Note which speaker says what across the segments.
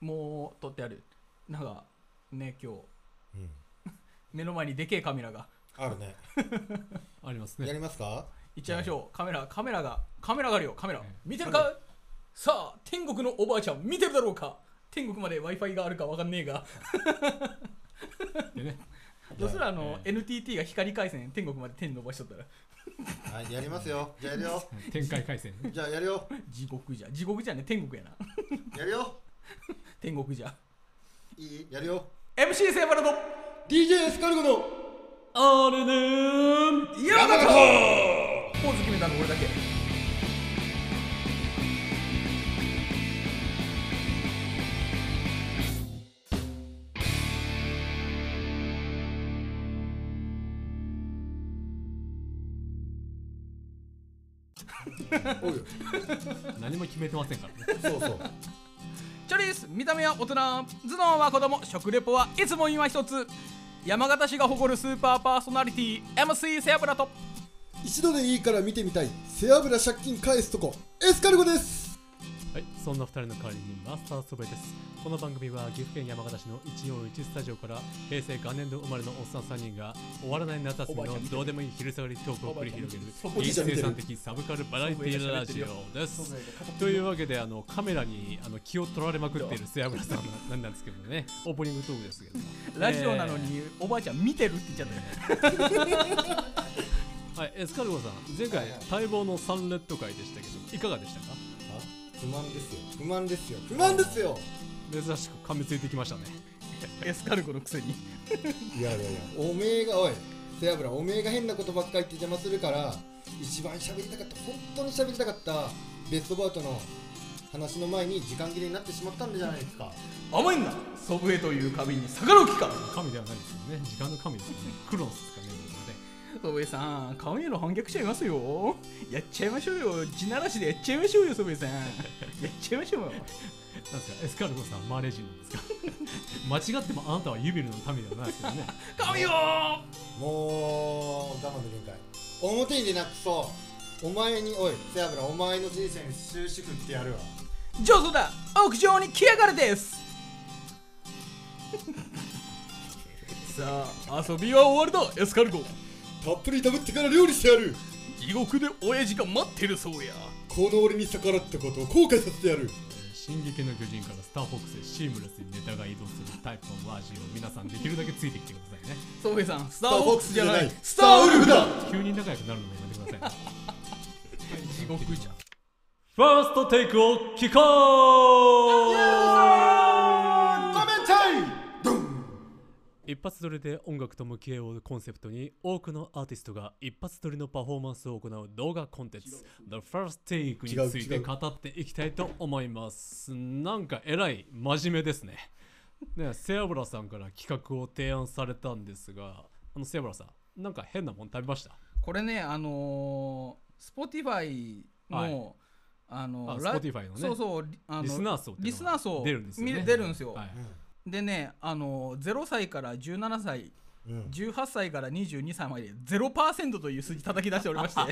Speaker 1: もう撮ってあるなんかね今日
Speaker 2: うん、
Speaker 1: 目の前にでけえカメラが
Speaker 2: あるね。
Speaker 3: あります
Speaker 2: や
Speaker 3: ね。
Speaker 2: りますか
Speaker 1: いっちゃいましょう、カメラカメラがカメラがあるよカメラ見てるかさあ天国のおばあちゃん見てるだろうか天国まで w i f i があるかわかんねえが
Speaker 3: でね、
Speaker 1: どうするあの、
Speaker 3: ええ
Speaker 1: NTT が光回線天国まで手に伸ばしとったら
Speaker 2: はい、やりますよ。じゃあやるよ。
Speaker 3: 展開回線。
Speaker 2: じゃあやるよ。
Speaker 1: 地獄じゃ地獄じゃね天国やな
Speaker 2: やるよ。
Speaker 1: 天国じゃ
Speaker 2: いいやるよ。
Speaker 1: MC セーバルド
Speaker 2: DJ エスカルゴの
Speaker 3: あれね
Speaker 1: 山
Speaker 2: 田
Speaker 1: 田ポーズ決めたの俺だけ
Speaker 2: おうよ。
Speaker 3: 何も決めてませんからね。
Speaker 2: そうそう。
Speaker 1: チョリス見た目は大人頭脳は子供食レポはいつも今一つ山形市が誇るスーパーパーソナリティ MC セーバルド
Speaker 2: 一度でいいから見てみたい。背脂借金返すとこ。エスカルゴです。
Speaker 3: はい、そんな二人の代わりにマスターソベです。この番組は岐阜県山形市の141スタジオから平成元年度生まれのおっさん3人が終わらない夏休みのどうでもいい昼下がりトークを繰り広げる
Speaker 2: おじ
Speaker 3: 非
Speaker 2: ちゃん見てる
Speaker 3: 生産的サブカルバラエティラジオです。というわけであのカメラにあの気を取られまくっている瀬村さんのなんなんですけどね、 オープニングトークですけども。
Speaker 1: ラジオなのにおばあちゃん見てるって言っちゃったよ
Speaker 3: はい、エスカルゴさん、前回
Speaker 2: はいはい
Speaker 3: 待望のサンレッド会でしたけど、いかがでしたか
Speaker 2: 不満ですよ。不満ですよ。不満ですよ。
Speaker 3: 珍しく噛みついてきましたね。
Speaker 1: エスカルゴのくせに
Speaker 2: いやいやいや。おめえがおい。背脂おめえが変なことばっかり言って邪魔するから一番喋りたかった本当に喋りたかったベストバウトの話の前に時間切れになってしまったんじゃないですか
Speaker 1: 甘いんだ祖父江という壁に逆らう気か
Speaker 3: 神ではないですよね。時間の神ですよね。クロノスですかね。
Speaker 1: 祖父江さん顔への反逆者いますよやっちゃいましょうよ地ならしでやっちゃいましょうよ祖父江さんやっちゃいまし ょうよ
Speaker 3: なんですか、エスカルゴさんはマーレ人なんですか 間違ってもあなたはユビルの民ではないですけどね。
Speaker 1: 神よ
Speaker 2: もう我慢の限界表に出なくそうお前におい背脂お前の人生に終止符ってやるわ
Speaker 1: 上手だ屋上に来やがれです さあ遊びは終わりだエスカルゴ
Speaker 2: たっぷり食べってから料理してやる
Speaker 1: 地獄で親父が待ってるそうや
Speaker 2: この俺に逆らったことを後悔させてやる
Speaker 3: えー進撃の巨人からスターフォックスへシームレスにネタが移動するタイプのワージーを皆さんできるだけついてきてくださいね。
Speaker 1: ソフェさんスターフォックスじゃない
Speaker 2: スターウルフだ
Speaker 3: 急に仲良くなるのもやめてください、ね。
Speaker 1: 地獄じゃん
Speaker 3: ファーストテイクを聞こう
Speaker 2: ごめんちゃい
Speaker 3: 一発撮りで音楽と向き合おうをコンセプトに多くのアーティストが一発撮りのパフォーマンスを行う動画コンテンツ The First Take
Speaker 2: 違う
Speaker 3: について語っていきたいと思いますなんかえらい真面目ですね ねセアブラさんから企画を提案されたんですがあのセアブラさんなんか変なもん食べました
Speaker 1: これねあのー、Spotify の、
Speaker 3: はい
Speaker 1: あの
Speaker 3: あ
Speaker 1: ラ
Speaker 3: Spotify のね
Speaker 1: そうそうリあの
Speaker 3: リスナー層って
Speaker 1: リ
Speaker 3: いう
Speaker 1: スナ
Speaker 3: の
Speaker 1: ー
Speaker 3: が
Speaker 1: 層
Speaker 3: 出るんですよね
Speaker 1: み出るんですよ、
Speaker 3: はい
Speaker 1: でねあのー、0歳から17歳
Speaker 2: うん、
Speaker 1: 18歳から22歳まで0%という数字叩き出しておりまして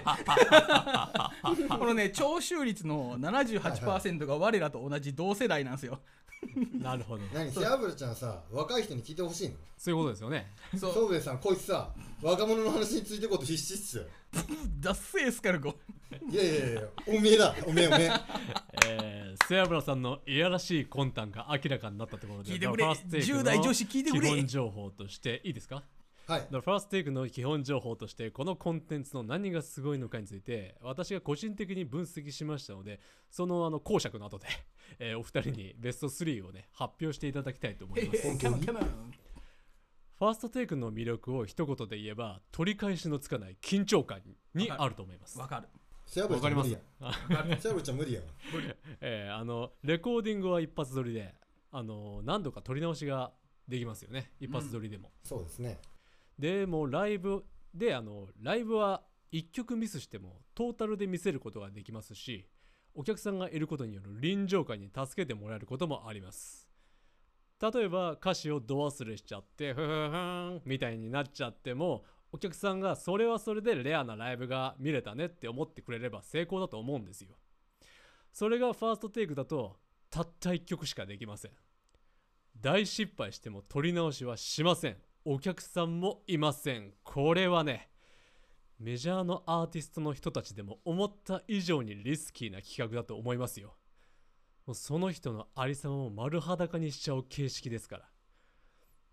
Speaker 1: このね徴収率の78%が我らと同じ同世代なんですよ
Speaker 3: なるほど
Speaker 2: 何背脂ちゃんさ若い人に聞いてほしいの
Speaker 3: そういうことですよね
Speaker 1: そう
Speaker 2: 宗兵衛さんこいつさ若者の話についてこうと必死っすよ
Speaker 1: ダッセースカルゴ
Speaker 2: いやいやいやおめえだおめえおめえ
Speaker 3: えー、セアブラさんのいやらしい魂胆が明らかになったところで
Speaker 1: 聞いてくれ
Speaker 3: The First Take の
Speaker 1: 10代女子聞いてくれ
Speaker 3: 基本情報としていいですか
Speaker 2: はい
Speaker 3: The First Take の基本情報としてこのコンテンツの何がすごいのかについて私が個人的に分析しましたのでそのあの講釈の後で、 えーお二人にベスト3をね発表していただきたいと思います
Speaker 2: 本当に
Speaker 1: カモンカモン
Speaker 3: ファーストテイクの魅力を一言で言えば取り返しのつかない緊張感にあると思います
Speaker 1: わかる
Speaker 2: 背脂
Speaker 3: わ
Speaker 2: ちゃ
Speaker 3: か
Speaker 2: ん
Speaker 3: り
Speaker 2: 無
Speaker 3: ま
Speaker 2: 理
Speaker 3: す
Speaker 2: や背脂ちゃん無理や
Speaker 3: えーあのレコーディングは一発撮りであの何度か撮り直しができますよね一発撮りでも、
Speaker 2: そうですね
Speaker 3: でもうライブであのライブは1曲ミスしてもトータルで見せることができますしお客さんがいることによる臨場感に助けてもらえることもあります例えば歌詞をド忘れしちゃってふふふんみたいになっちゃってもお客さんがそれはそれでレアなライブが見れたねって思ってくれれば成功だと思うんですよそれがファーストテイクだとたった1曲しかできません大失敗しても取り直しはしませんお客さんもいませんこれはねメジャーのアーティストの人たちでも思った以上にリスキーな企画だと思いますよもうその人のありさまを丸裸にしちゃう形式ですから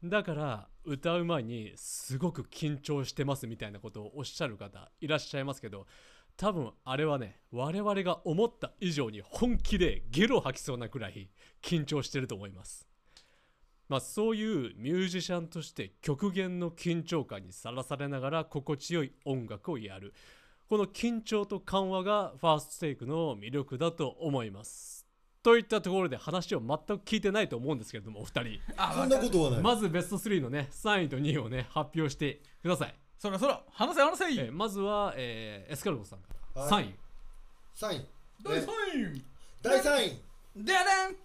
Speaker 3: だから歌う前にすごく緊張してますみたいなことをおっしゃる方いらっしゃいますけど多分あれはね我々が思った以上に本気でゲロ吐きそうなくらい緊張してると思いますまあそういうミュージシャンとして極限の緊張感にさらされながら心地よい音楽をやるこの緊張と緩和がファーストテイクの魅力だと思いますといったところで話を全く聞いてないと思うんですけれどもお二人
Speaker 1: あ
Speaker 2: そんな
Speaker 1: わか
Speaker 2: ことはない、
Speaker 3: まずベスト3のね3位と2位をね発表してください、
Speaker 1: そらそら話せ話せ、
Speaker 3: えーまずは、えーエスカルゴさんから、
Speaker 2: は
Speaker 3: 3位
Speaker 2: 3位
Speaker 1: 第三位
Speaker 2: 第3位、
Speaker 1: でらん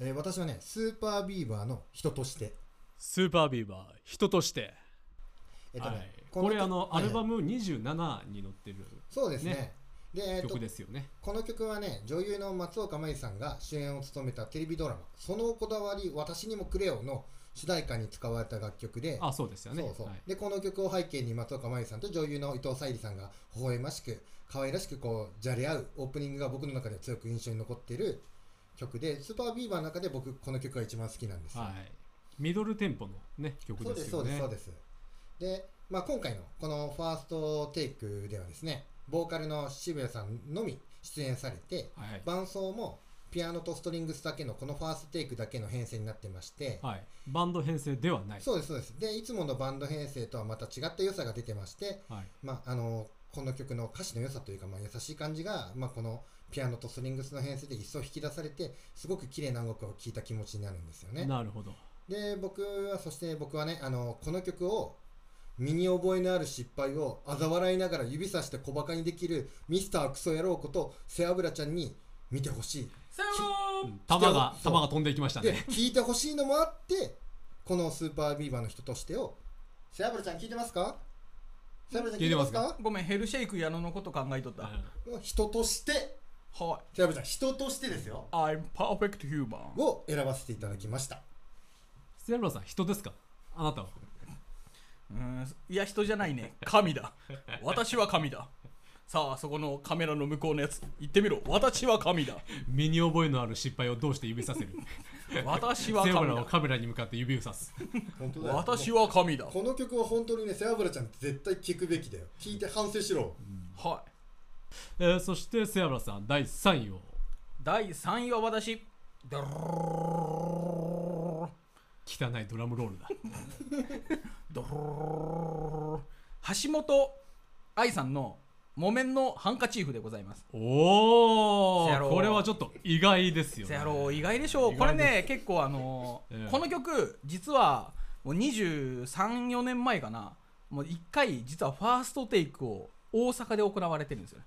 Speaker 2: えー私はねスーパービーバーの人として
Speaker 3: スーパービーバー人として、
Speaker 2: えっと
Speaker 3: は
Speaker 2: ね
Speaker 3: い、
Speaker 2: の
Speaker 3: これあの
Speaker 2: は
Speaker 3: ア
Speaker 2: い
Speaker 3: ルバム27に載ってる
Speaker 2: そうですね
Speaker 3: ね
Speaker 2: で、えっと
Speaker 3: 曲ですよね
Speaker 2: この曲はね女優の松岡茉優さんが主演を務めたテレビドラマ「そのこだわり私にもくれよ」の主題歌に使われた楽曲で
Speaker 3: あそうですよね
Speaker 2: そうそう、
Speaker 3: はい
Speaker 2: でこの曲を背景に松岡茉優さんと女優の伊藤沙莉さんが微笑ましく可愛らしくこうじゃれ合うオープニングが僕の中では強く印象に残っている曲でスーパービーバーの中で僕この曲が一番好きなんですよ、
Speaker 3: はいミドルテンポのね曲
Speaker 2: そうで
Speaker 3: で
Speaker 2: すすそう
Speaker 3: よ
Speaker 2: です
Speaker 3: ね
Speaker 2: そうですで、まあ、今回のこのファーストテイクではですねボーカルの渋谷さんのみ出演されて
Speaker 3: はい
Speaker 2: 伴奏もピアノとストリングスだけのこのファーストテイクだけの編成になってまして、
Speaker 3: はい、バンド編成ではない、
Speaker 2: そうですそうですでいつものバンド編成とはまた違った良さが出てまして、
Speaker 3: はい
Speaker 2: まあ、あのこの曲の歌詞の良さというか、まあ、優しい感じが、まあ、このピアノとストリングスの編成で一層引き出されてすごく綺麗な音楽を聴いた気持ちになるんですよね
Speaker 3: なるほど
Speaker 2: で僕はそして僕はねあのこの曲を身に覚えのある失敗を嘲笑いながら指さして小バカにできるミスタークソ野郎こと背脂ちゃんに見てほしい
Speaker 1: さよ
Speaker 3: う
Speaker 1: なら
Speaker 3: ん弾が
Speaker 2: そう
Speaker 3: 弾が飛んでいきました
Speaker 2: で
Speaker 3: ね
Speaker 2: 聞いてほしいのもあってこのスーパービーバーの人としてをセアブラちゃん聞いてますかセアブラちゃん聞いてますか
Speaker 1: ごめんヘルシェイク矢野のこと考えとった、
Speaker 3: うん
Speaker 2: 人として
Speaker 1: はい
Speaker 2: セアブラちゃん人としてですよ
Speaker 1: I'm perfect human
Speaker 2: を選ばせていただきました
Speaker 3: セブラさん人ですかあなたは
Speaker 1: うーんいや人じゃないね神だ私は神ださあそこのカメラの向こうのやつ行ってみろ私は神だ
Speaker 3: 身に覚えのある失敗をどうして指させる
Speaker 1: 私
Speaker 3: セ
Speaker 1: は
Speaker 3: ブラ
Speaker 1: 神
Speaker 3: を
Speaker 1: だ
Speaker 3: カメラに向かって指をさす
Speaker 2: 本当だよ
Speaker 1: 私は神だ
Speaker 2: この曲は本当にねセアブラちゃん絶対聞くべきだよ聞いて反省しろ
Speaker 1: はい
Speaker 3: えーそしてセアブラさん第3位を
Speaker 1: 第3位は私ドロー
Speaker 3: 汚いドラムロー ルだ
Speaker 1: ドロー橋本愛さんの木綿のハンカチーフでございます
Speaker 3: お
Speaker 1: せやろ
Speaker 3: おこれはちょっと意外ですよ
Speaker 1: せ
Speaker 3: ね
Speaker 1: やろう意外でしょうこれ
Speaker 3: 意外
Speaker 1: ね結構あのー
Speaker 3: ええ
Speaker 1: この曲実はもう234年前かなもう1回実はファーストテイクを大阪で行われてるんですよ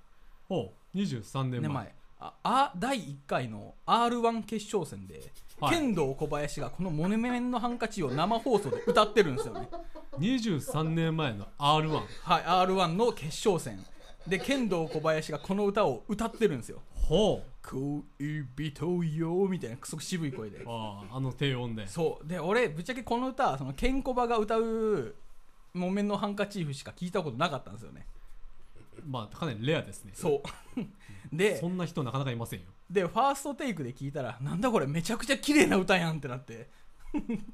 Speaker 3: お23年前
Speaker 1: 年前ああ第1回の r 1決勝戦で、
Speaker 3: はい
Speaker 1: 剣道小林がこの「モネメンのハンカチ」を生放送で歌ってるんです よね
Speaker 3: 23年前の R1
Speaker 1: はい r 1の決勝戦で剣道小林がこの歌を歌ってるんですよ
Speaker 3: ほう
Speaker 1: 恋人よみたいなクソ渋い声で
Speaker 3: あーあの低音で
Speaker 1: そうで俺ぶっちゃけこの歌そのケンコバが歌う「木綿のハンカチーフ」しか聞いたことなかったんですよね
Speaker 3: まあかなりレアですね
Speaker 1: そうで
Speaker 3: そんな人なかなかいませんよ
Speaker 1: でファーストテイクで聞いたらなんだこれめちゃくちゃ綺麗な歌やんってなって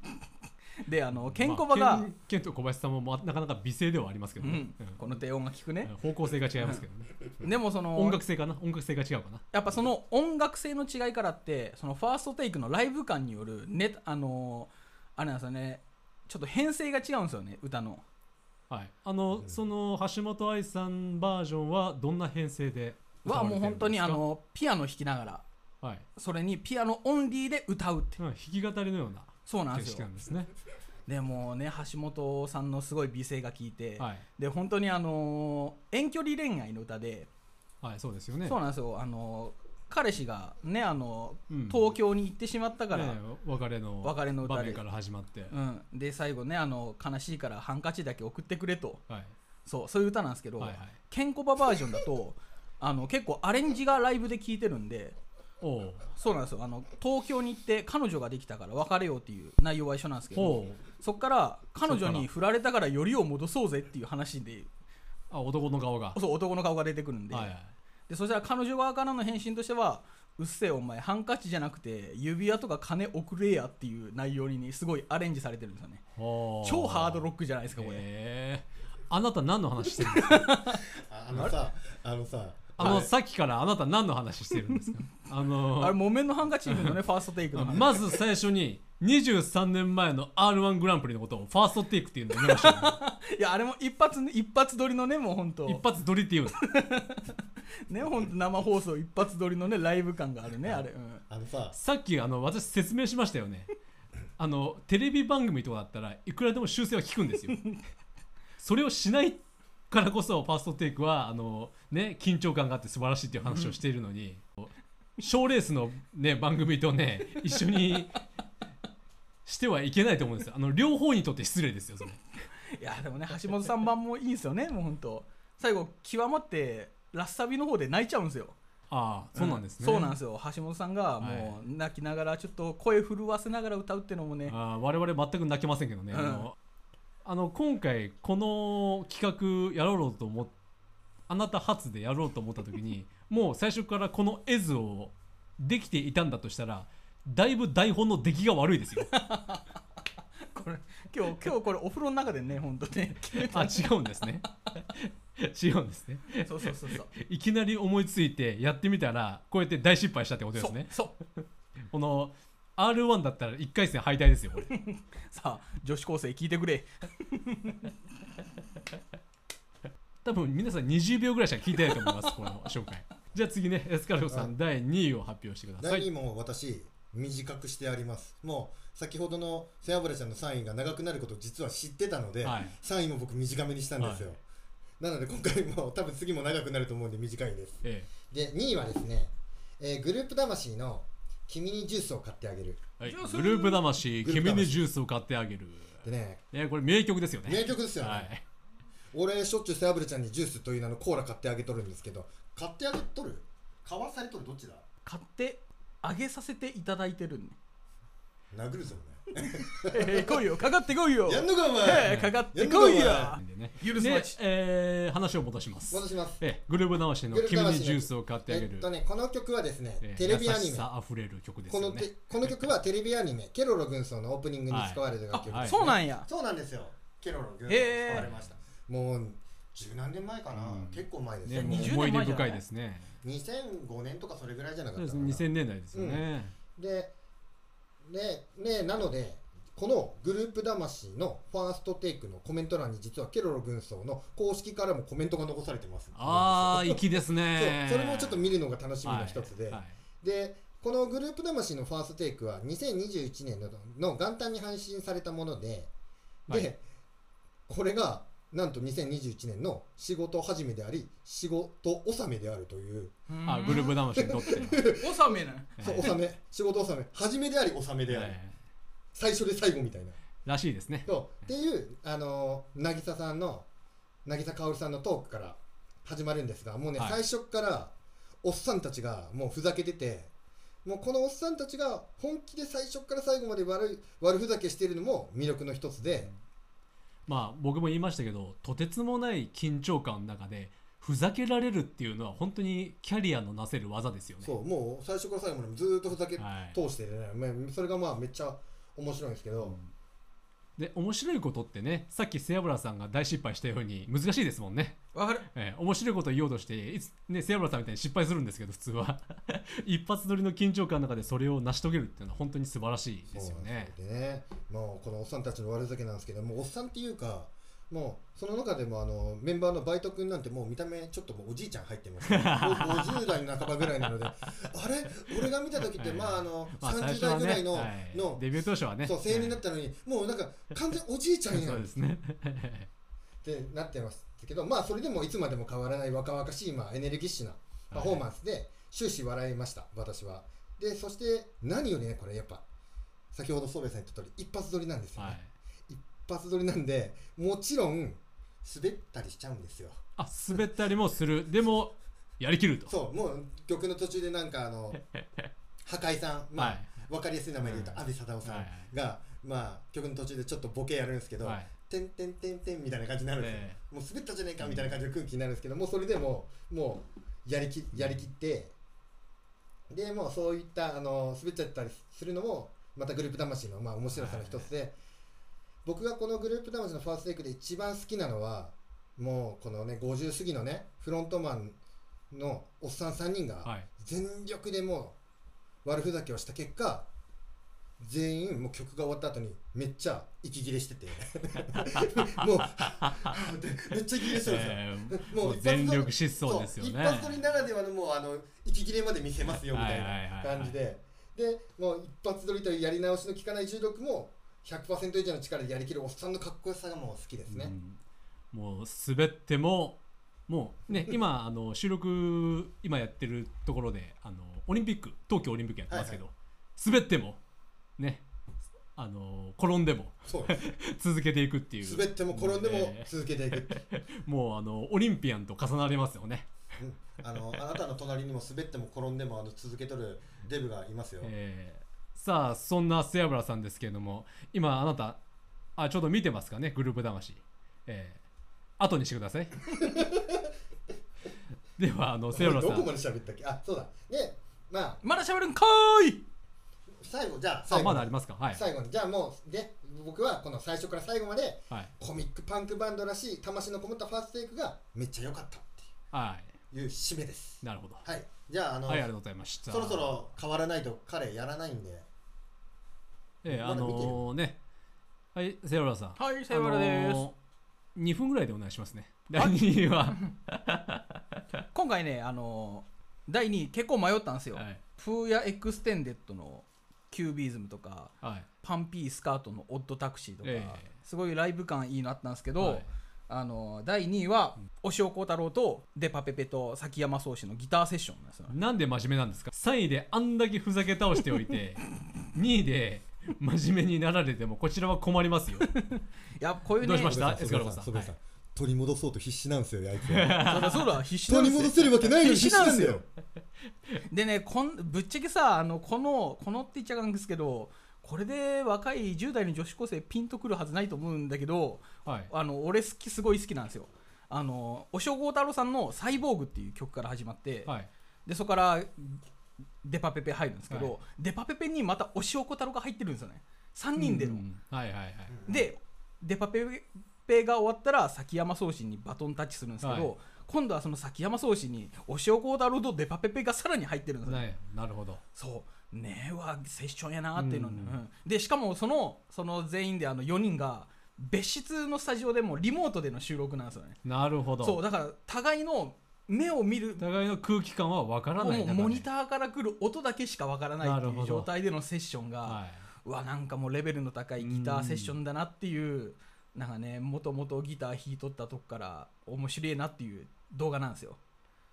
Speaker 1: であのケンコバ
Speaker 3: ま
Speaker 1: が、
Speaker 3: あケンケンと小林さんも、まあなかなか美声ではありますけ
Speaker 1: う
Speaker 3: どね、
Speaker 1: ん
Speaker 3: うん、
Speaker 1: この低音が聞くね、
Speaker 3: 方向性が違いますけどね
Speaker 1: でもその
Speaker 3: 音楽性かな音楽性が違うかな
Speaker 1: やっぱその音楽性の違いからってそのファーストテイクのライブ感によるネタあのあれなんですよねちょっと編成が違うんですよね歌の
Speaker 3: はい、あの、
Speaker 2: うん
Speaker 3: その橋本愛さんバージョンはどんな編成で歌
Speaker 1: は
Speaker 3: われ
Speaker 1: も
Speaker 3: て
Speaker 1: う
Speaker 3: るんで
Speaker 1: 本
Speaker 3: すか
Speaker 1: 当にあ、のピアノ弾きながら
Speaker 3: はい
Speaker 1: それにピアノオンリーで歌うって
Speaker 3: うん、弾き語りのような
Speaker 1: そうなん
Speaker 3: 形
Speaker 1: です
Speaker 3: 式な
Speaker 1: よ
Speaker 3: んですね。
Speaker 1: でもうね橋本さんのすごい美声が効いて、
Speaker 3: はい、
Speaker 1: で本当にあのー遠距離恋愛の歌で、
Speaker 3: はい、そうですよね。
Speaker 1: そうなんですよあのー彼氏がねあのー
Speaker 3: うん
Speaker 1: 東京に行ってしまったから、
Speaker 3: ねえ別れの
Speaker 1: 別れの歌で
Speaker 3: 場面から始まって、
Speaker 1: うん、で最後ねあのー悲しいからハンカチだけ送ってくれと
Speaker 3: はい、
Speaker 1: そうそういう歌なんですけど、
Speaker 3: はいはい
Speaker 1: ケンコババージョンだとあの結構アレンジがライブで聴いてるんで
Speaker 3: おう
Speaker 1: そうなんですよあの東京に行って彼女ができたから別れようっていう内容は一緒なんですけ
Speaker 3: お
Speaker 1: ど
Speaker 3: う
Speaker 1: そっから彼女に振られたからよりを戻そうぜっていう話で
Speaker 3: あ男の顔が
Speaker 1: そう男の顔が出てくるんで,、
Speaker 3: はいはい
Speaker 1: でそしたら彼女側からの返信としては「うっせえお前ハンカチじゃなくて指輪とか金送れや」っていう内容に、ね、すごいアレンジされてるんですよね
Speaker 3: おう
Speaker 1: 超ハードロックじゃないですかこれ、
Speaker 3: へえあなた何の話し てるんですか
Speaker 2: ああのさあのさ
Speaker 3: あのさっきからあなた何の話してる んですかあの
Speaker 1: あれ木綿のハンカチーフのねファーストテイクの話
Speaker 3: まず最初に23年前の r 1グランプリのことをファーストテイクっていうのを見ましたよね、
Speaker 1: いやあれも一発ね一発撮りのねもう本当
Speaker 3: 一発撮りっていうの
Speaker 1: ね本当生放送一発撮りのねライブ感があるねあれ、うん
Speaker 2: あのさ
Speaker 3: さっきあの私説明しましたよねあのテレビ番組とかだったらいくらでも修正は効くんですよそれをしないからこそファーストテイクはあの、ね、緊張感があって素晴らしいっていう話をしているのに賞、ーレースの、ね、番組とね一緒にしてはいけないと思うんですよあの両方にとって失礼ですよそれ
Speaker 1: いやでもね橋本さん版もいいんですよね もう本当最後極まってラッサビの方で泣いちゃうんですよ
Speaker 3: ああそうなんですね、
Speaker 1: そうなんですよ橋本さんがもう泣きながらちょっと声震わせながら歌うってのもね
Speaker 3: あー我々全く泣けませんけどね、あのあの今回この企画やろうと思っあなた初でやろうと思った 時にもう最初からこの絵図をできていたんだとしたらだいぶ台本の出来が悪い ですよ
Speaker 1: これ今 日今日これお風呂の中でね本当ね
Speaker 3: あ違うんですね 違うんですね
Speaker 1: そうそうそうそう
Speaker 3: いきなり思いついてやってみたらこうやって大失敗したってことで
Speaker 1: そ
Speaker 3: す
Speaker 1: う
Speaker 3: ね
Speaker 1: そう
Speaker 3: この R1 だったら1回戦敗退ですよこれ
Speaker 1: さあ女子高生聞いてくれ
Speaker 3: 多分皆さん20秒ぐらいしか聞いてないと思いますこの紹介じゃあ次 ねエスカルゴさん第2位を発表してくださ
Speaker 2: 第
Speaker 3: い
Speaker 2: 2も私短くしてありますもう先ほどの背脂ちゃんの3位が長くなることを実は知ってたので、
Speaker 3: はい
Speaker 2: 3位も僕短めにしたんですよ、
Speaker 3: は
Speaker 2: なので今回も多分次も長くなると思うんで短いです
Speaker 3: え
Speaker 2: で2位はですね、えーグループ魂の「君にジュースを買ってあげる
Speaker 3: えはい
Speaker 1: じゃあそ
Speaker 3: グ
Speaker 1: れ
Speaker 3: ループ魂
Speaker 2: グループ
Speaker 3: 君
Speaker 2: 魂
Speaker 3: にジュースを買ってあげる」
Speaker 2: でね
Speaker 3: ねこれ名曲ですよね
Speaker 2: 名曲ですよね、
Speaker 3: はい
Speaker 2: 俺しょっちゅう背脂ちゃんにジュースという名のコーラ買ってあげとるんですけど買ってあげとる買わされとるどっちだ
Speaker 1: 買ってあげさせていただいてるね
Speaker 2: 殴るぞ
Speaker 1: えー来いよかかってこい
Speaker 2: お
Speaker 1: よ
Speaker 2: 前やんのかお
Speaker 1: え
Speaker 2: 前
Speaker 1: ーかかってこいよ
Speaker 2: や
Speaker 3: でね
Speaker 1: 許すま
Speaker 3: で
Speaker 1: ち、
Speaker 3: えー話を戻します
Speaker 2: 戻します
Speaker 3: ええグループ魂の
Speaker 2: グループ
Speaker 3: 君
Speaker 2: 魂の
Speaker 3: にジュースを買ってあげる
Speaker 2: えっ、とねこの曲はですね、
Speaker 3: ええ
Speaker 2: テレビア
Speaker 3: 優
Speaker 2: ニ
Speaker 3: し
Speaker 2: メ
Speaker 3: さあふれる曲です
Speaker 2: こ
Speaker 3: よ
Speaker 2: の
Speaker 3: ね
Speaker 2: てこの曲はテレビアニメ「ケロロ軍曹」のオープニングに
Speaker 3: はい
Speaker 2: 使われた楽曲です、
Speaker 3: あはい
Speaker 1: そうなんや
Speaker 2: そうなんですよケロロ軍曹に使われました、もう十何年前かな、
Speaker 3: うん
Speaker 2: 結構前です
Speaker 3: ね
Speaker 2: よ、
Speaker 1: 20
Speaker 3: もう
Speaker 1: 年
Speaker 3: 思
Speaker 1: 前
Speaker 3: い
Speaker 1: じゃ
Speaker 3: 出
Speaker 1: ない
Speaker 3: 深いですね
Speaker 2: 2005年とかそれぐらいじゃな
Speaker 3: そう
Speaker 2: かっ
Speaker 3: で
Speaker 2: た
Speaker 3: す
Speaker 2: か
Speaker 3: ね
Speaker 2: な
Speaker 3: 2000年代ですよね、
Speaker 2: でででなのでこのグループ魂のファーストテイクのコメント欄に実はケロロ軍曹の公式からもコメントが残されてます
Speaker 3: ああ
Speaker 2: そう
Speaker 3: 粋ですね
Speaker 2: それもちょっと
Speaker 3: 見
Speaker 2: 見るのが楽しみの一つで、
Speaker 3: はいはい
Speaker 2: でこのグループ魂のファーストテイクは2021年のの元旦に配信されたものでで、
Speaker 3: はい
Speaker 2: これがなんと2021年の仕事始めであり仕事納めであるという、
Speaker 3: あグループ
Speaker 1: だ
Speaker 3: 魂にとっては
Speaker 1: 納めない
Speaker 2: そう納め仕事納め始めであり納めであり、
Speaker 3: ええ
Speaker 2: 最初で最後みたいな
Speaker 3: らしいですね
Speaker 2: そうっていうあのー渚さんの渚かおりさんのトークから始まるんですがもうね、
Speaker 3: は
Speaker 2: 最
Speaker 3: い
Speaker 2: 初からおっさんたちがもうふざけててもうこのおっさんたちが本気で最初から最後まで悪い悪ふざけしているのも魅力の一つで、
Speaker 3: まあ僕も言いましたけどとてつもない緊張感の中でふざけられるっていうのは本当にキャリアのなせる技ですよね。
Speaker 2: そうもう最初から最後までずーっとふざけ
Speaker 3: はい
Speaker 2: 通してるね、まあそれがまあめっちゃ面白いんですけど、
Speaker 3: で面白いことってねさっき背脂さんが大失敗したように難しいですもんね。
Speaker 1: わかる
Speaker 3: えー面白いこと言おうとしていつ、ね、背脂さんみたいに失敗するんですけど普通は 一発撮りの緊張感の中でそれを成し遂げるっていうのは本当に素晴らしいですよね。
Speaker 2: そうなんですよねもうこのおっさんたちの悪ふざけなんですけどもうおっさんっていうかもうその中でもあのメンバーのバイト君なんてもう見た目ちょっともうおじいちゃん入ってます、ね、もう50代の半ばぐらいなのであれ俺が見た時ってまああの
Speaker 3: まあ最
Speaker 2: 30
Speaker 3: 初
Speaker 2: 代
Speaker 3: は
Speaker 2: ぐらい
Speaker 3: ね、
Speaker 2: の,、
Speaker 3: はい
Speaker 2: の
Speaker 3: デビュー当初はね
Speaker 2: そう青年だっ
Speaker 3: った
Speaker 2: のに、もうなんか完全おじいちゃんや
Speaker 3: そうん
Speaker 2: っ
Speaker 3: ですね。
Speaker 2: てなってますけどまあそれでもいつまでも変わらない若々しい、まあ、エネルギッシュなパフォーマンスで終始笑いました、私はでそして何よりねこれやっぱ先ほど宗兵衛さん言った通り一発撮りなんです よね、
Speaker 3: はい、
Speaker 2: 一発撮りなんでもちろん滑ったりしちゃうんですよ
Speaker 3: あ滑ったりもするでもやりきると。
Speaker 2: そうもう曲の途中でなんかあ の破壊さんまあ、
Speaker 3: はい。
Speaker 2: 分かりやすい名前で言うと、
Speaker 3: うん
Speaker 2: 安倍貞夫さ
Speaker 3: はい
Speaker 2: んが、まあ曲の途中でちょっとボケやるんですけど、
Speaker 3: はい。
Speaker 2: てんてんてんてんみたいな感じになるんですよ、
Speaker 3: え
Speaker 2: もう滑ったじゃねえかみたいな感じの空気になるんですけどもうそれでもうもうやりきやりきってでもうそういったあの滑っちゃったりするのもまたグループ魂のまあ面白さの一つで、僕がこのグループ魂のファーストテイクで一番好きなのはもうこのね50過ぎのねフロントマンのおっさん3人が、
Speaker 3: はい。
Speaker 2: 全力でもう悪ふざけをした結果全員もう曲が終わった後にめっちゃ息切れ しててもうはぁはぁってめっちゃ息切れしてるんですよ、
Speaker 3: えー
Speaker 2: もう
Speaker 3: もう全力疾
Speaker 2: そう
Speaker 3: 走ですよね。
Speaker 2: 一発撮りならではのもうあの息切れまで見せますよみたい
Speaker 3: はいはい
Speaker 2: な
Speaker 3: はいはい
Speaker 2: 感じででもう一発撮りというやり直しの効かない重力も100%以上の力でやりきるおっさんのかっこよさがもう好きですね、
Speaker 3: うんもう滑ってもも うね今あの収録今やってるところであのオリンピック東京オリンピックやってますけど、滑ってもねあの転んでも
Speaker 2: そうです
Speaker 3: 続けていくっていう
Speaker 2: 滑っても転んでも
Speaker 3: ね
Speaker 2: 続けていくっていう
Speaker 3: もうあのオリンピアンと重なりますよね、
Speaker 2: うんあのあなたの隣にも滑っても転んでもあの続けとるデブがいますよ。
Speaker 3: えーさあそんな背脂さんですけれども今あなたあちょうど見てますかねグループ魂えー、後にしてください ではあの背脂さ
Speaker 2: ど
Speaker 3: ん
Speaker 2: こまで喋ったっけあそうだ。ねまあ
Speaker 1: まだ喋るんかーい
Speaker 2: 最後じゃあ
Speaker 3: あ
Speaker 2: 最後
Speaker 3: まだありますかはい、
Speaker 2: 最後にじゃあもうで僕はこの最初から最後まで
Speaker 3: はい
Speaker 2: コミックパンクバンドらしい魂のこもったファーストテイクがめっちゃ良かったっ
Speaker 3: は
Speaker 2: ていう締めです
Speaker 3: い。。なるほど。はい、
Speaker 2: はいじゃああの、
Speaker 3: ありがとうございました。
Speaker 2: そろそ、ろ変わらないと彼やらないんで。
Speaker 3: ええ
Speaker 2: まだ
Speaker 3: あ
Speaker 2: 見てる
Speaker 3: のね、はい、セオラさん。
Speaker 1: はいさよならです、
Speaker 3: す。2分ぐらいでお願いしますね。第2位は。は
Speaker 1: 今回ねあの第2位結構迷ったんですよ、
Speaker 3: い。
Speaker 1: フーヤエクステンデッドのキュービーズムとか
Speaker 3: はい。
Speaker 1: パンピースカートのオッドタクシーとか、
Speaker 3: ええ
Speaker 1: すごいライブ感いいのあったんですけど、
Speaker 3: はい
Speaker 1: あの第2位は押尾幸太郎とデパペペと崎山壮志のギターセッションなんですよね
Speaker 3: なんで真面目なんですか ?3 位であんだけふざけ倒してお いて、2位で真面目になられても、こちらは困りますよ。
Speaker 1: いやこういうね
Speaker 3: どうしました
Speaker 2: そ
Speaker 3: エ
Speaker 2: う
Speaker 3: スカロボさん
Speaker 2: そうそう
Speaker 3: はい
Speaker 2: 取り戻そうと必死なんですよ、あいつ は
Speaker 1: そらそ ら必死な
Speaker 2: 取
Speaker 1: ん
Speaker 2: り
Speaker 1: ですよ
Speaker 2: 戻せるわけないのに必死なんだよ。
Speaker 1: でねこんぶっちゃけさあのこのこのって言っちゃうんですけどこれで若い10代の女子高生ピンとくるはずないと思うんだけど
Speaker 3: はい。
Speaker 1: あの俺好きすごい好きなんですよあのお正太郎さんの「サイボーグ」っていう曲から始まって、
Speaker 3: はい。
Speaker 1: でそこからデパペペ入るんですけど、
Speaker 3: はい
Speaker 1: デパペペにまたお塩小太郎が入ってるんですよね3人での、
Speaker 3: うんはいはいはい。
Speaker 1: でデパペペが終わったら崎山宗氏にバトンタッチするんですけど、
Speaker 3: はい
Speaker 1: 今度はその崎山宗氏にお塩小太郎とデパペペがさらに入ってるんですよね
Speaker 3: ねなるほど。
Speaker 1: そうねえわセッションやなっていうのに、
Speaker 3: うん
Speaker 1: うんでしかもそのその全員であの4人が別室のスタジオでもリモートでの収録なんですよね
Speaker 3: なるほど。
Speaker 1: そうだから互いの目を見る
Speaker 3: 互いの空気感はわからない
Speaker 1: も
Speaker 3: 中で
Speaker 1: うモニターから来る音だけしかわからないって
Speaker 3: なる
Speaker 1: い
Speaker 3: ほ
Speaker 1: う
Speaker 3: ど
Speaker 1: 状態でのセッションが、
Speaker 3: は
Speaker 1: うわなんかもうレベルの高いギターセッションだなっていうなんかねもともとギター弾いとったとこから面白いなっていう動画なんですよ
Speaker 3: い。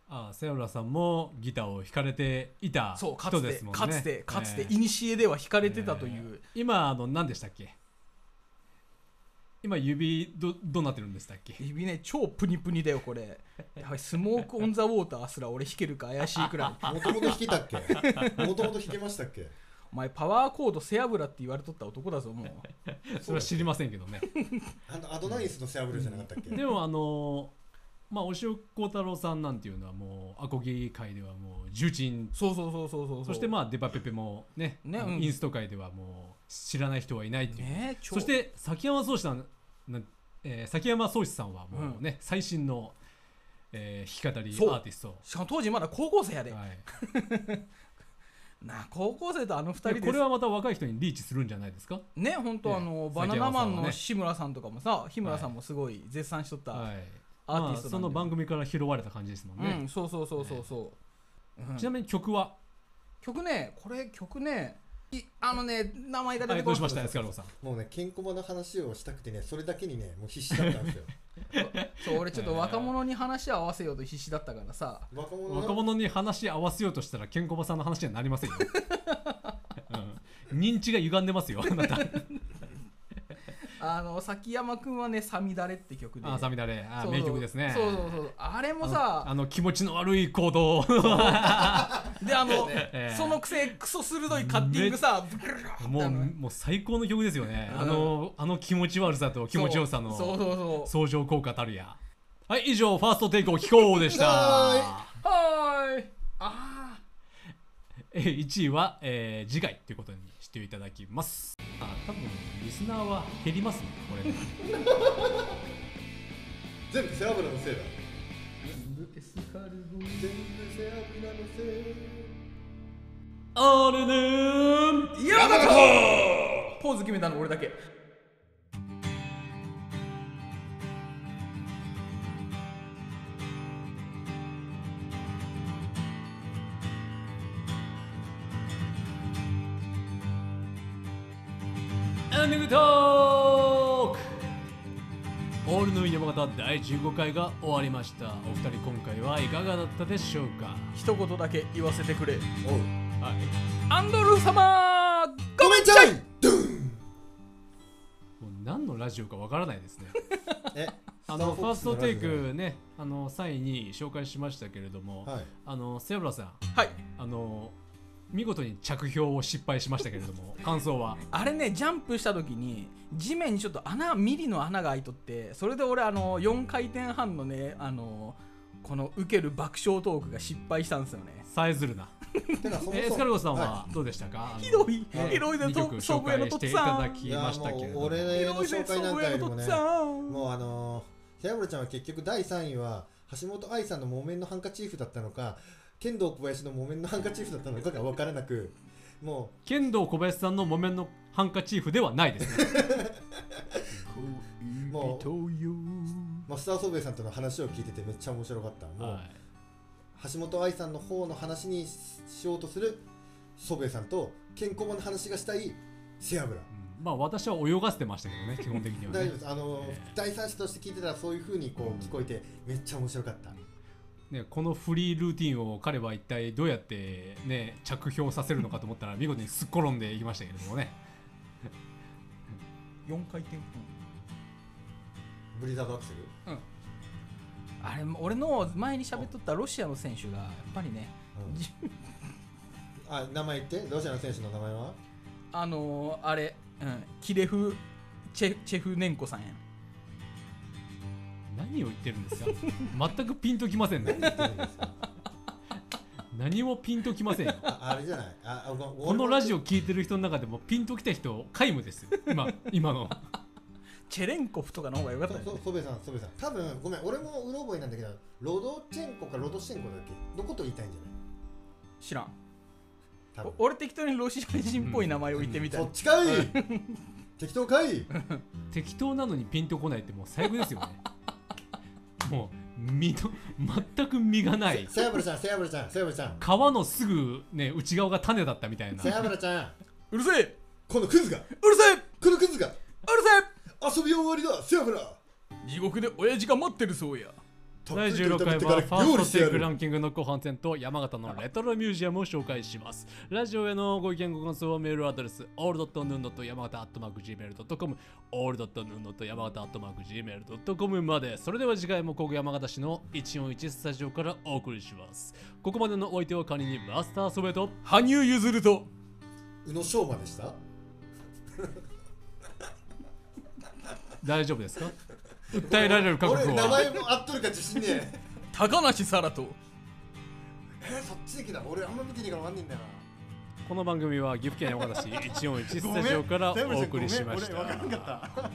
Speaker 3: あ、セオラさんもギターを弾かれていた
Speaker 1: そう
Speaker 3: 人
Speaker 1: かつて、
Speaker 3: ですもんね。
Speaker 1: かつてかつ
Speaker 3: え
Speaker 1: て
Speaker 3: え
Speaker 1: いにしえでは弾かれてたという、
Speaker 3: えー今あの何でしたっけ今指どどうなってるんでしたっけ
Speaker 1: 指ね超プニプニだよこれやばいスモークオンザウォーターすら俺弾けるか怪しいくらい
Speaker 2: もともと弾けたっけもともと弾けましたっけ
Speaker 1: お前パワーコード背脂って言われとった男だぞもう
Speaker 3: それは知りませんけどね
Speaker 2: あのアドナイスのセアブルじゃなかったっ け
Speaker 3: でもあのーまあ押尾幸太郎さんなんていうのはもうアコギ界ではもう重鎮
Speaker 1: そうそうそうそうそう
Speaker 3: そしてまあデパペペもね
Speaker 1: ね
Speaker 3: あの
Speaker 1: うん
Speaker 3: インスト界ではもう知らない人はいないっていう、
Speaker 1: ねえ超
Speaker 3: そして崎山壮志さんな、えー崎山壮志さんはもうね、最新の、えー弾き語り
Speaker 1: そう
Speaker 3: アーティスト
Speaker 1: しかも当時まだ高校生やで、
Speaker 3: はい
Speaker 1: なあ高校生とあの二人
Speaker 3: で
Speaker 1: で
Speaker 3: これはまた若い人にリーチするんじゃないですか
Speaker 1: ね本当あの、
Speaker 3: ええ
Speaker 1: バナナマン
Speaker 3: 崎山さんは
Speaker 1: の
Speaker 3: ね
Speaker 1: 志村さんとかもさ日村さんもすごい絶賛しとった、
Speaker 3: はい、
Speaker 1: アーティス
Speaker 3: まあそ
Speaker 1: トな
Speaker 3: の
Speaker 1: んで
Speaker 3: 番組から拾われた感じですもん
Speaker 1: う
Speaker 3: ね
Speaker 1: ん、、そうそうそうそうそう、うん
Speaker 3: ちなみに曲は、
Speaker 1: 曲ねこれ曲ねいあのね名前が出
Speaker 3: は
Speaker 1: て
Speaker 3: い、
Speaker 1: こ
Speaker 3: どう
Speaker 1: な
Speaker 3: し
Speaker 1: い
Speaker 3: ましたエスカローさん
Speaker 2: もうね、ケンコバの話をしたくてね、それだけにね、もう必死だったん ですよ。
Speaker 1: そう俺ちょっと若者に話を合わせようと必死だったからさ
Speaker 2: 若者の
Speaker 3: 若者に話し合わせようとしたらケンコバさんの話にはなりませんよ、 うん認知が歪んでますよあなた
Speaker 1: ああの崎山君はね「さみだれ」って曲で
Speaker 3: あー、サミダレ、あ
Speaker 1: そうそ
Speaker 3: ー
Speaker 1: う
Speaker 3: 名曲ですね。
Speaker 1: そうそうそうあれも
Speaker 3: あ
Speaker 1: さ
Speaker 3: のあの気持ちの悪い行動。
Speaker 1: であの
Speaker 3: ええ
Speaker 1: そのくせクソ鋭いカッティングさブルルルルって
Speaker 3: もう、
Speaker 1: あの
Speaker 3: もう最高の曲ですよね。
Speaker 1: うん
Speaker 3: あの、あの気持ち悪さと気持ちよさ
Speaker 1: そうそう
Speaker 3: の
Speaker 1: そうそう
Speaker 3: 相乗効果たるや。はい、以上、ファーストテイクを聞こうでし
Speaker 2: は
Speaker 3: た。
Speaker 1: はーいあ
Speaker 3: え1位は、えー次回ということにしていただきます。あ多分リスナーは減りますね、これね。
Speaker 2: 全部背脂のせいだ
Speaker 1: ーエスカルゴ
Speaker 2: 全部背脂のせい
Speaker 3: あれねー
Speaker 1: 山形ポーズ決めたの俺だけ
Speaker 3: エンディングトークオールの山形第15回が終わりましたお二人今回はいかがだったでしょうか
Speaker 1: 一言だけ言わせてくれ
Speaker 2: おう
Speaker 3: はい
Speaker 1: アンドルー様
Speaker 2: ごめんちゃいドゥン
Speaker 3: もう何のラジオかわからないですね
Speaker 2: え
Speaker 3: あの
Speaker 2: スター
Speaker 3: ファ
Speaker 2: フォ
Speaker 3: ー
Speaker 2: ッ
Speaker 3: ス
Speaker 2: クスの
Speaker 3: トテイ
Speaker 2: ラジ
Speaker 3: クねあの際に紹介しましたけれども、
Speaker 2: はい
Speaker 3: あのセアブラさん
Speaker 1: はい
Speaker 3: あの見事に着氷を失敗しましたけれども 感想は
Speaker 1: あれねジャンプした時に地面にちょっと穴ミリの穴が開いとってそれで俺あの4回転半のねあのこの受ける爆笑トークが失敗したんですよね
Speaker 3: さえずるな
Speaker 2: てかそもそも
Speaker 3: えエスカルゴさんは
Speaker 2: は
Speaker 3: どうでしたか、
Speaker 1: ひどい
Speaker 2: あの
Speaker 1: ひどいで
Speaker 3: 2
Speaker 1: トー
Speaker 3: 曲
Speaker 1: ク総
Speaker 3: 紹
Speaker 1: 合への
Speaker 3: 介
Speaker 1: と
Speaker 3: し
Speaker 1: って
Speaker 3: い
Speaker 1: つ
Speaker 3: た
Speaker 1: さ
Speaker 3: だ
Speaker 1: ん
Speaker 3: き
Speaker 2: い
Speaker 3: ま
Speaker 2: や
Speaker 3: したけれ
Speaker 2: も
Speaker 3: ど
Speaker 2: う
Speaker 3: も
Speaker 2: 俺の
Speaker 1: ひどいぜ
Speaker 2: 紹介
Speaker 1: 総
Speaker 2: なん
Speaker 1: 合
Speaker 2: か
Speaker 1: への
Speaker 2: より
Speaker 1: と
Speaker 2: も
Speaker 1: っ
Speaker 2: ね
Speaker 1: つさん
Speaker 2: もうあのー、セアブルちゃんは結局第3位は橋本愛さんの木綿のハンカチーフだったのか剣道小林の木綿のハンカチーフだったのかが分からなくも
Speaker 3: 剣道小林さんの木綿のハンカチーフではない ですね
Speaker 2: もう
Speaker 1: 恋人よ
Speaker 2: うマスターソベイさんとの話を聞いててめっちゃ面白かったもう、
Speaker 3: はい
Speaker 2: 橋本愛さんの方の話にしようとするソベイさんと健康の話がしたいセアブラ
Speaker 3: うんまあ私は泳がせてましたけど ね基本的には
Speaker 2: 大丈
Speaker 3: ね
Speaker 2: 夫ですあのー
Speaker 3: ええ
Speaker 2: 第三者として聞いてたらそういう風にこう聞こえてめっちゃ面白かった
Speaker 3: ねこのフリールーティンを彼は一体どうやってね着氷させるのかと思ったら見事にすっ転んでいきましたけれどもね
Speaker 1: 4回転
Speaker 2: ブリザードアクセル
Speaker 1: 半あれ俺の前に喋っとったロシアの選手がやっぱりね
Speaker 2: あ名前言ってロシアの選手の名前は
Speaker 1: あのー、あれ、うん、キレフチェチェフネンコさんやん
Speaker 3: 何を言ってるんですか全くピンときませんね
Speaker 2: 何言ってるんですか
Speaker 3: 何もピンときません よ
Speaker 2: ああれじゃないああご
Speaker 3: このラジ
Speaker 2: オ
Speaker 3: オ聞いてる人の中でもピンときた人皆無ですよ今今の
Speaker 1: チェレンコフとかの方が良かったよね
Speaker 2: そそべさんそべさん多分ごめん俺もうろ覚えなんだけどロドチェンコかロドシェンコだっけのこと言いたいんじ
Speaker 1: 知らん
Speaker 2: ゃない
Speaker 1: お俺適当にロシア人っぽい名前を言ってみ
Speaker 2: 多
Speaker 1: たい、
Speaker 2: 分そっちかい適当かい
Speaker 3: 適当なのにピンとこないってもう最悪ですよねもう身の全く身がない
Speaker 2: セアブラちゃんセアブラちゃんセアブラちゃん
Speaker 3: 皮のすぐね内側が種だったみたいな
Speaker 2: セアブラちゃん
Speaker 1: うるせえうる
Speaker 2: このクズが
Speaker 1: せえうる
Speaker 2: このクズが
Speaker 1: せ
Speaker 2: 遊び終わりだセアブラ
Speaker 1: え地獄で親父が待ってるそうや
Speaker 3: 第16回はファーストテイクランキングの後半戦と山形のレトロミュージアムを紹介します。ラジオへのご意見ご感想はメールアドレス all.nun.yamagata.gmail.com all.nun.yamagata.gmail.com までそれでは次回もここ山形市の141スタジオからお送りします。ここまでのお相手は仮にマスターソベと
Speaker 1: 羽生結弦と
Speaker 2: 宇野昌磨でした
Speaker 3: 大丈夫ですか訴えられる覚悟
Speaker 2: 俺名
Speaker 3: は
Speaker 2: 前も合っとるか自信ねえ
Speaker 1: 高梨沙羅と
Speaker 2: えそっちできた俺あんま見てねえからわかんねえんだよな
Speaker 3: この番組は岐阜県山形市141スタジオからお送りしまし。
Speaker 2: ごめん俺わかんなかった